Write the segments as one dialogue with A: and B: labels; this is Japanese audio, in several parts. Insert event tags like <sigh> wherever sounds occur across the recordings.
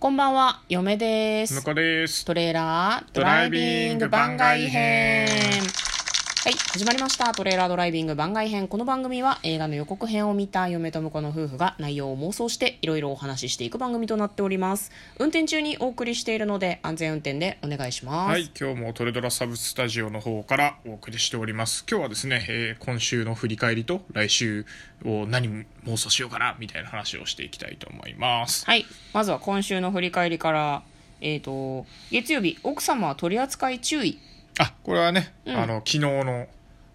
A: こんばんは、嫁です
B: 向。こうです。
A: トレーラード
B: ド
A: ラ
B: ラ
A: イ
B: イ
A: ビ
B: ビ
A: ン
B: ン
A: グ
B: グ
A: 番
B: 番
A: 外
B: 外
A: 編
B: 編。
A: はい、始まりました。トレーラードライビング番外編。この番組は映画の予告編を見た嫁と婿の夫婦が内容を妄想していろいろお話ししていく番組となっております。運転中にお送りしているので安全運転でお願いします。
B: はい、今日もトレドラサブスタジオの方からお送りしております。今日はですね、えー今週の振り返りと来週を何妄想しようかなみたいな話をしていきたいと思います。
A: はい、まずは今週の振り返りから、えっ、と、月曜日、奥様は取り扱い注意。
B: あ、これはね、あの昨日の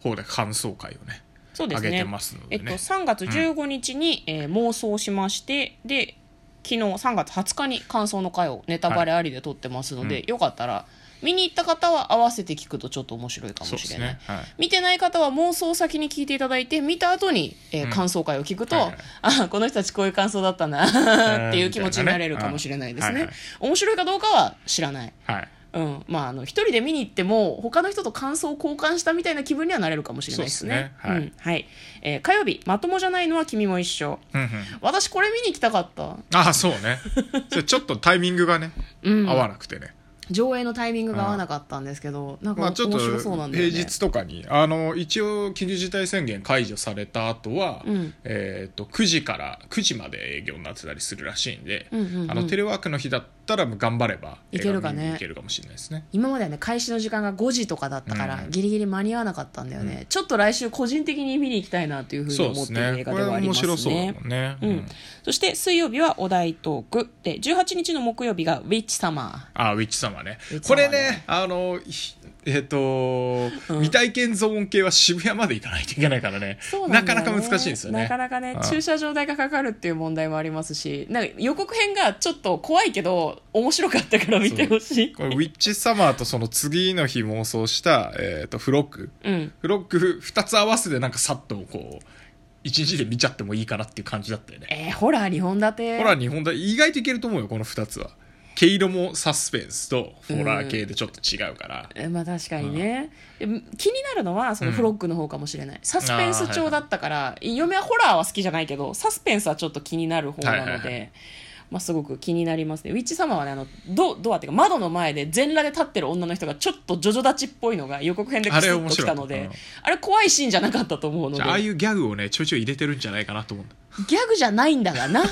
B: 方で感想会をね、
A: そうですね。
B: 上げてますの
A: え
B: で
A: っと、
B: ね。
A: 3月15日に、えー妄想しましてで昨日3月20日に感想の回をネタバレありで撮ってますので、よかったら見に行った方は合わせて聞くとちょっと面白いかも
B: そうで
A: しれ
B: す
A: ない、
B: ね。はい。
A: 見てない方は妄想を先に聞いていただいて見た後に、えー感想会を聞くと、
B: はいはい
A: あこの人たちこういう感想だったんだ <laughs> っていう気持ちになれるかもしれないですね、
B: はいはい
A: 面白いかどうかは知らない
B: はい。
A: うんまあ、あの一人で見に行っても他の人と感想を交換したみたいな気分にはなれるかもしれないですね。
B: そうで
A: う
B: すねはい
A: んはいえー火曜日まともじゃないのは君も一緒
B: うんうん
A: 私これ見に行きたかった
B: あ、そうね。 <laughs> それちょっとタイミングがね、
A: うん
B: 合わなくてね。
A: 上映のタイミングが合わなかったんですけどなんか
B: まあ
A: 面
B: ちょっと
A: 白そう
B: 平
A: なんだよね、
B: 日とかに、あの一応緊急事態宣言解除された後は、
A: うん
B: えっ、と9時から9時まで営業になってたりするらしいんで、
A: うんうんうん
B: あのテレワークの日だったらもう頑張れば
A: いけるかね
B: 映画見に行けるかもしれないですね。
A: 今まではね開始の時間が5時とかだったから、
B: うん
A: ギリギリ間に合わなかったんだよね、ちょっと来週個人的に見に行きたいなというふうに
B: そうで
A: 思って
B: す
A: いる
B: ね。
A: 映
B: こ
A: 画
B: れ
A: ではあり
B: 面
A: ます
B: 白そうだ
A: ね
B: もんね。
A: うんそして水曜日はお題トークで18日の木曜日が「ウィッチサマ
B: あウィッチ様ね
A: ウィッチ
B: こ
A: 様ね
B: れねあのひえっ、と、未体験ゾーン系は渋谷まで行かないといけないからね
A: ー」そう
B: なん
A: だよ
B: か
A: ね
B: なか難しいんですよね
A: なかなかね
B: うん
A: 駐車場代がかかるっていう問題もありますしなんか予告編がちょっと怖いけど面白かったから見てほしい
B: これウィッチサマーとその次の日妄想した、えー、とフロック
A: うん
B: フロック2つ合わせてなんかさっとこう1日で見ちゃってもいいかなっていう感じだったよね、
A: えー、ホラー2本立て
B: ホラー日本だ意外といけると思うよこの2つは毛色もサスペンスとホラー系でちょっと違うから、
A: えーまあ確かにね、え気になるのはそのフロックの方かもしれない、サスペンス調だったから、嫁はホラーは好きじゃないけどサスペンスはちょっと気になる方なので、
B: はいはいはい
A: まあ、すごく気になりますねウィッチ様はねあのドドアっていうか窓の前で全裸で立ってる女の人がちょっとジョジョ立ちっぽいのが予告編でクスッときたのであ
B: あ
A: れ,、
B: れ面白かっ
A: 怖いシーンじゃなかったと思うので
B: じゃあああいうギャグをねちょいちょい入れてるんじゃないかなと思うんだ
A: ギャグじゃないんだがな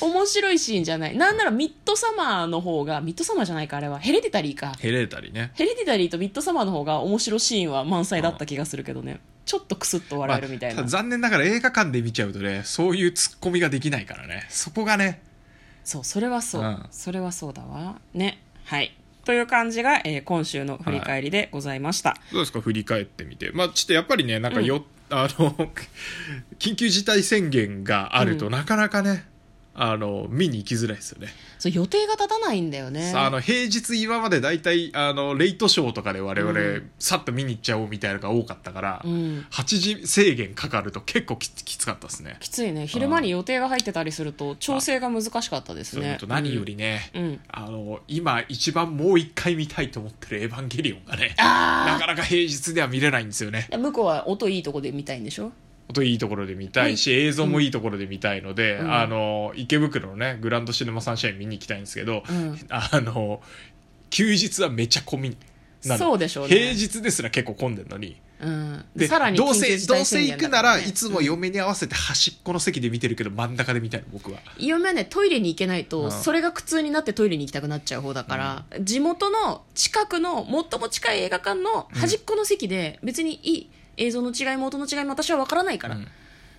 A: 面白いシーンじゃないなんならミッドサマーの方がミッドサマーじゃないかあれはヘレディタリーか
B: ヘレータリーね
A: ヘレディタリーとミッドサマーの方が面白いシーンは満載だった気がするけどねちょっとクスッと笑えるみたい
B: ま
A: な、
B: あただ残念ながら映画館で見ちゃうとねそういうツッコミができないからねそこがね
A: そうそれはそう、
B: うん
A: それはそうだわねはいという感じが、えー今週の振り返りでございました、
B: どうですか振り返ってみてまあちょっとやっぱりねなんかよ、あの緊急事態宣言があると、
A: うん
B: なかなかねあの見に行きづらいですよね、
A: そう予定が立たないんだよね
B: さああの平日今まで大体あのレイトショーとかで我々、
A: うん
B: さっと見に行っちゃおうみたいなのが多かったから、
A: うん
B: 8時制限かかると結構きつきつかったですね
A: きついね昼間に予定が入ってたりすると調整が難しかったです
B: それ
A: ね
B: と何よりね、
A: うん、うん
B: あの今一番もう一回見たいと思ってる「エヴァンゲリオン」がねな
A: あ
B: かなか平日では見れないんですよね
A: あ向こうは音いいとこで見たいんでしょ
B: 音いいところで見たいし、映像もいいところで見たいので、
A: うん
B: あの池袋のねグランドシネマサンシャイン見に行きたいんですけど、
A: <laughs> うん
B: あの休日はめちゃ混みなの
A: そうでしょうね
B: 平日ですら結構混んでるのに
A: うん
B: で
A: さらに
B: どう
A: 緊急
B: せ
A: 事
B: どう
A: 態
B: せ
A: 宣
B: 行
A: 言
B: く
A: だ
B: な
A: からね
B: いつも嫁に合わせて端っこの席で見てるけど真ん中で見たいの僕は
A: 嫁はねトイレに行けないと、
B: うん
A: それが苦痛になってトイレに行きたくなっちゃう方だから、地元の近くの最も近い映画館の端っこの席で、別にいい映像の違いも音の違いも私は分からないから、
B: うん
A: 心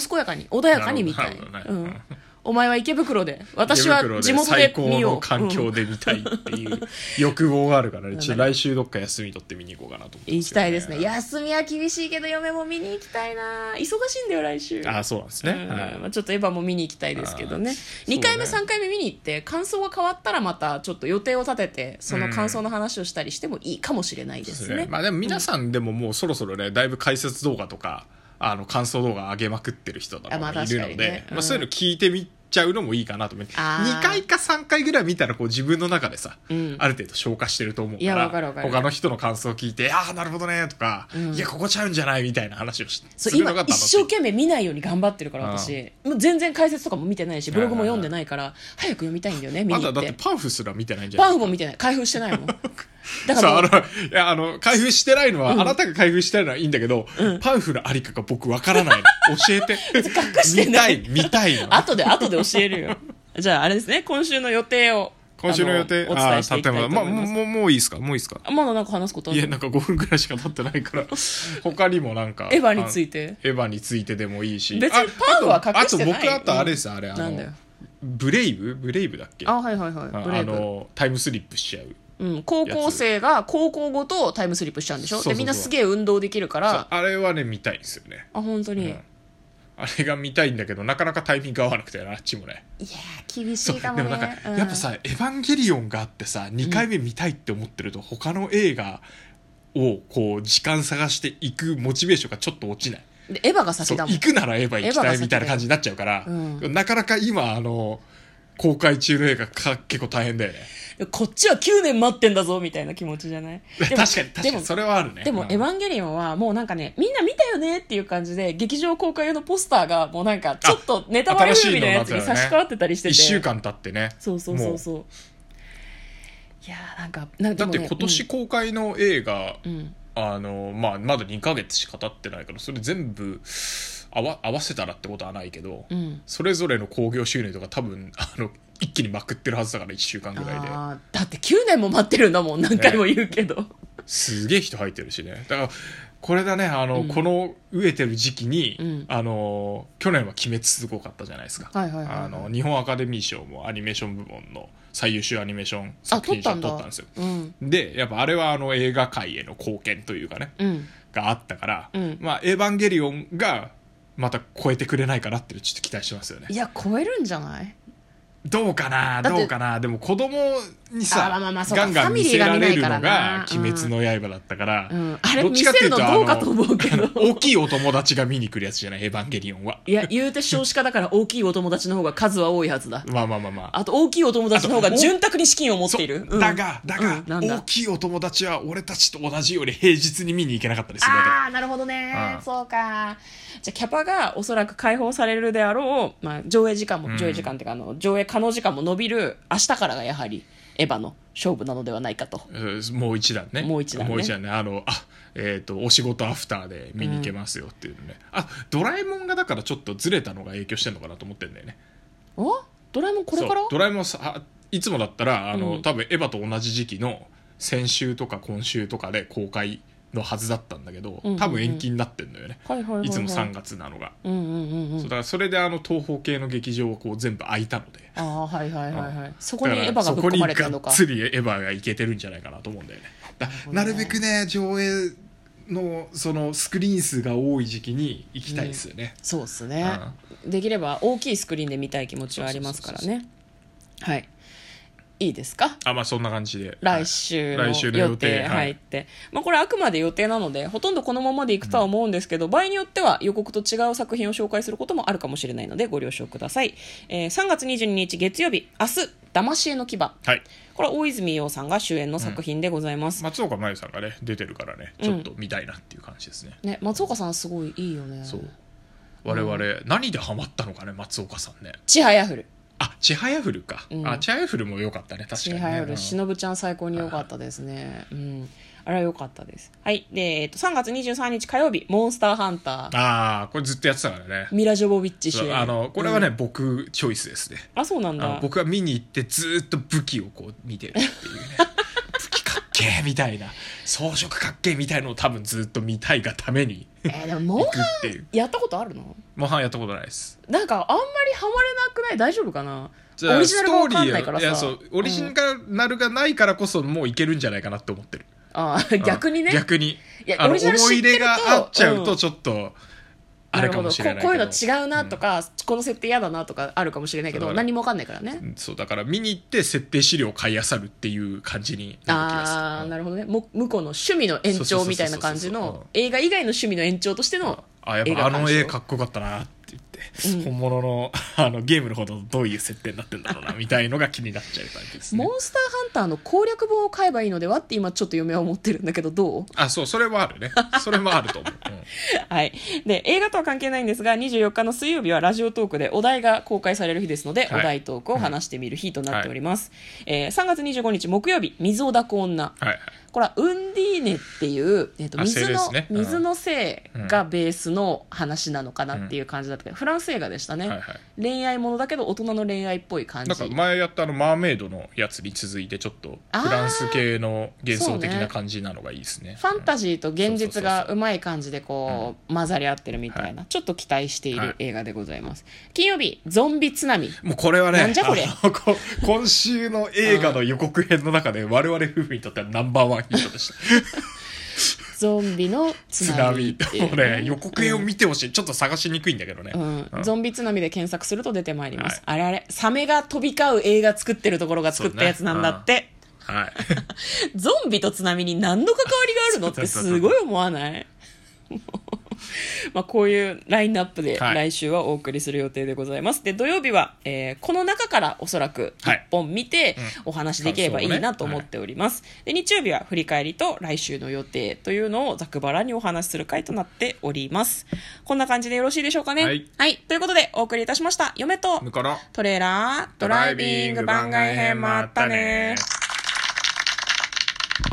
A: 健やかに穏やかに見たい、
B: なる
A: う
B: ほどね
A: ん、お前は池袋で私は
B: 池袋
A: 地元で
B: 最高
A: 見よう
B: の環
A: う
B: 境
A: ん
B: で見たいっていう欲望があるからね、
A: ん
B: ちょっと来週どっか休み取って見に行こうかなと思ってますけど、
A: 行きたいですね休みは厳しいけど嫁も見に行きたいな忙しいんだよ来週
B: あそうなんです
A: う
B: ね、
A: ん
B: はい
A: まあちょっとエヴァも見に行きたいですけどね
B: ー
A: 2回目、
B: そうね
A: 3回目見に行って感想が変わったらまたちょっと予定を立ててその感想の話をしたりしてもいいかもしれないで
B: ですすね
A: ね。
B: まあでも皆さんでももうそろそろねだいぶ解説動画とかあの感想動画上げまくってる人だ
A: あまあ
B: いるの
A: 確かにね
B: で
A: うん
B: まあそういうの聞いてみちゃうのもいいかなと思って
A: あー
B: 2回か3回ぐらい見たらこう自分の中でさ、
A: うん
B: ある程度消化してると思うか
A: いや
B: ら
A: わかるわかる
B: 他の人の感想を聞いて「ああなるほどね」とか、いやここちゃうんじゃない」みたいな話をし
A: そ
B: す
A: う
B: る
A: 今
B: のが楽
A: 一
B: しい
A: 生懸命見ないように頑張ってるから私もう全然解説とかも見てないしブログも読んでないから早く読みたいんだよね見
B: ま
A: に行
B: だだ
A: っ
B: って
A: て
B: パンフすら見てないんじゃない
A: パンフも見てない開封してない <laughs> もんだか
B: そうあ
A: らも
B: の
A: う
B: いやあの開封してないのは、あなたが開封してないのはいいんだけど、パンフのありかが僕わからないの教
A: <laughs>
B: えて
A: して
B: 見
A: な
B: た
A: い
B: い見たいの
A: 後で後で教えるよじゃああれですね今週の予定を
B: 今週の予定
A: あのお伝えしていきたいと
B: あー
A: 思いま
B: まあ
A: す
B: もうもうもういいですかもういいですか
A: あまだなんか話すことあ
B: いや
A: る
B: なんか5分ぐらいしか経ってないから
A: <laughs>
B: 他にもなんか
A: エヴァについて
B: あのエヴァについてでもいいし
A: 別にパンは隠してない
B: ああと僕あとあれです、あれあ
A: なんだ
B: の
A: よ
B: ブレイブブレイブだっけ
A: あはいはいはい
B: あ
A: ブレイ
B: あ
A: ブ、
B: のタイムスリップしちゃう
A: うん、高校生が高校ごとタイムスリップしちゃうんでしょ
B: そうそうそう
A: でみんなすげえ運動できるから
B: あれはね見たいんですよね
A: あ本当に、
B: うんあれが見たいんだけどなかなかタイミング合わなくてなあっちもね
A: いやー厳しいかも
B: で
A: ね
B: もなんか、
A: うん
B: やっぱさ「エヴァンゲリオン」があってさ2回目見たいって思ってると、他の映画をこう時間探していくモチベーションがちょっと落ちない
A: でエヴァが
B: そ
A: 先
B: う
A: だもん
B: 行くならエヴァ行き
A: エヴァが
B: たい
A: 先
B: みたいな感じになっちゃうから、
A: う
B: なかなか今あの公開中の映画か結構大変だよね
A: こっちは9年待ってんだぞみたいな気持ちじゃない
B: 確かに確か
A: でも
B: にそれはあるね
A: でも、エヴァンゲリオンはもうなんかね、みんな見たよねっていう感じで、劇場公開用のポスターがもうなんか、ちょっとネタバレ風味のやつに差し替わってたりしてて。
B: 1週。間経ってね
A: そうそうそう
B: も
A: そう。いやーなんか、なん
B: う
A: か
B: だっ
A: で
B: て
A: もね
B: 今年、公開の映画、
A: うんうん
B: あのまあ、まだ2ヶ月しか経ってないからそれ全部合わ合わせたらってことはないけど、
A: うん
B: それぞれの興行収入とか多分 <laughs> あの一気にまくってるはずだから1週間ぐらいで
A: あーだって9年も待ってるんだもん何回も言うけ <laughs> ど、
B: すげえ人入ってるしねだからこれだねあの、この飢えてる時期に、
A: うん
B: あの去年は「鬼滅」すごかったじゃないですか、
A: はいはいはいはい
B: あの日本アカデミー賞もアニメーション部門の最優秀アニメーション作品賞
A: あ
B: を
A: 取ったんだ
B: 取ったんですよ
A: うん
B: でやっぱあれはあの映画界への貢献というかね、
A: うん
B: があったから、
A: うん
B: まあ、エヴァンゲリオンがまた超えてくれないかなってちょっと期待してますよね
A: いや超えるんじゃない
B: どうかな
A: だって
B: どうかなでも子供に
A: あ
B: さ
A: まあまあまあそうか
B: ガンガン見せられる
A: フ
B: の
A: ァミリーが見ないから
B: が
A: な
B: 「鬼滅の刃」だったから、
A: うんあれ
B: どっちかっていう
A: 見せるのどうかと思うけど
B: あの <laughs> 大きいお友達が見に来るやつじゃない「エヴァンゲリオンは」
A: いや言うて少子化だから大きいお友達の方が数は多いはずだ
B: まあまあまあまあ
A: あと大きいお友達の方が
B: あと
A: 潤沢に資金を持っ
B: そ
A: て
B: う
A: いる。
B: だが、だが、
A: うんなんだ
B: 大きいお友達は俺たちと同じより平日に見に行けなかったりするわけ
A: ああ、なるほどね。
B: うん
A: そうか。じゃあ、キャパがおそらく解放されるであろう、まあ、上映時間も、
B: ん
A: 上映時間っていうか、あの、上映可能時間も伸びる、明日からがやはり、エヴァの勝負なのではないかと。
B: うんもう一段ね
A: もう一段ね
B: もう一段ねあのあえっ、とお仕事アフターで見に行けますよっていうね、あドラえもんがだからちょっとずれたのが影響してんのかなと思ってんだよね
A: おドラえもんこれから
B: そうドラえもんさあいつもだったらあの、
A: うん
B: 多分エヴァと同じ時期の先週とか今週とかで公開のはずだったんだけど、
A: うんうん
B: 多分延期になってんだよね、
A: はいはいはいはい
B: いつも3月なのが、
A: うんうんうんう。
B: そうんだからそれであの東方系の劇場はこう全部空いたので
A: ああ、はいはいはいはい。そ
B: こ
A: こにエヴァがぶっ込まれてるのか。
B: そこにがっつりエヴァがいけてるんじゃないかなと思うんだよねだなるべくね上映のそのスクリーン数が多い時期に行きたいですよね、
A: そうですね、できれば大きいスクリーンで見たい気持ちはありますからねはいいいですか
B: あまあそんな感じで
A: 来週の
B: 来週の
A: 予
B: 予
A: 定
B: 定
A: 入って、まあ、これあくまで予定なのでほとんどこのままでいくとは思うんですけど、場合によっては予告と違う作品を紹介することもあるかもしれないのでご了承ください、えー3月22日月曜日明日「だまし絵の牙」
B: はい、はい、
A: これは大泉洋さんが主演の作品でございます、
B: 松岡茉優さんがね出てるからねちょっと見たいなっていう感じですね、
A: ね、松岡さんすごいいいよね
B: そう我々、何でハマったのかね松岡さんね
A: ちはやふる
B: あちはやふるか、
A: うん
B: あちはやふるも良かったね確か
A: ち
B: に、ね、
A: はやる
B: うん
A: しのぶちゃん最高に良かったですね、うんあれは良かったですはいで、えっと、3月23日火曜日「モンスターハンター
B: ああこれずっとやってたからね」
A: ミラ・ジョボビッチ主
B: そう
A: 演
B: あのこれはね、僕チョイスですね
A: あそうなん
B: あの
A: だ
B: 僕は見に行ってずーっと武器をこう見てるって
A: <laughs>
B: いうね武器かっけーみたいな装飾かっけーみたいのを多分ずっと見たいがために
A: えー、でもモン
B: 行くっていう
A: やったことあるの
B: モンハンやったことないです
A: なんかあんまりハマれなくない大丈夫かな
B: じゃあ
A: オリジナルがわかんない
B: ス
A: か
B: トー
A: ら
B: リー
A: さ
B: をやそうオリジ
A: うん
B: ナルがないからこそもういけるんじゃないかなって思ってる
A: あー逆にね
B: 逆に
A: いや
B: あ
A: オ
B: の
A: リジナル知っ
B: 思
A: て
B: い
A: ると
B: 入れがあっちゃう
A: うん
B: とちょっと、あれかもしれないけ
A: る
B: ど
A: ほどここういうの違うなとか、この設定嫌だなとかあるかもしれないけ
B: そ
A: ど
B: うだね
A: 何もわかんないからね
B: うんそうだから見に行って設定資料を買い漁るっていう感じになる気がする
A: ああなるほどねも向こうの趣味の延長みたいな感じ
B: そうそうそうそうそう
A: の
B: うん
A: 映画以外の趣味の延長としての
B: あやっ
A: 映画
B: ぱあ
A: 鑑賞
B: の絵かっこよかったなって言って本物のあのゲームのほどどういう設定になってんだろうなみたいのが気になっちゃう感じですね
A: モンスターハンターの攻略本を買えばいいのではって今ちょっと嫁は思ってるんだけどどう
B: あそうそれはあるねそれもあると思う、うん
A: <laughs> はい、で映画とは関係ないんですが24日の水曜日はラジオトークでお題が公開される日ですので、
B: はい
A: お題トークを話してみる日となっております、えー3月25日木曜日水を抱く女
B: はいはい
A: これはウンディーネっていう、えー、と
B: あ
A: 水
B: 精霊で
A: の、
B: すねうん
A: 水の性がベースの話なのかなっていう感じだったけど、フランス映画でしたね、
B: はいはい
A: 恋愛ものだけど大人の恋愛っぽい感じ
B: なんか前やったあのマーメイドのやつに続いてちょっとフランス系の幻想的な感じなのがいいですね
A: ファンタジーと現実がうまい感じでこう混ざり合ってるみたいな、ちょっと期待してい
B: は
A: る
B: い
A: 映画でございます、金曜日ゾンビ津波
B: もうこれはね
A: なんじゃこれ
B: あのこ今週の映画の予告編の中で我々夫婦にとってはナンバーワンヒット
A: <laughs>
B: でした
A: ゾンビの津
B: <laughs> 津
A: 波
B: 波
A: っていう
B: もうね予告編を見てほしいちょっと探しにくいんだけどね、
A: うん
B: うん
A: ゾンビ津波で検索すると出てまいります、あ
B: はい
A: れあれサメが飛び交う映画作ってるところが作ったやつなんだって、
B: はい
A: ゾンビと津波に何の関わりがあるのってすごい思わない <laughs> まあこういうラインナップで
B: はい
A: 来週はお送りする予定でございます、で土曜日は、えーこの中からおそらく
B: はい
A: 1本見てお話できればいい
B: 感想を
A: な
B: ね
A: と思っております、で日曜日は振り返りと来週の予定というのをざくばらにお話しする回となっておりますこんな感じでよろしいでしょうかね
B: はい
A: ということでお送りいたしました嫁と
B: 向こうの
A: トレーラードライビング番外編もあったね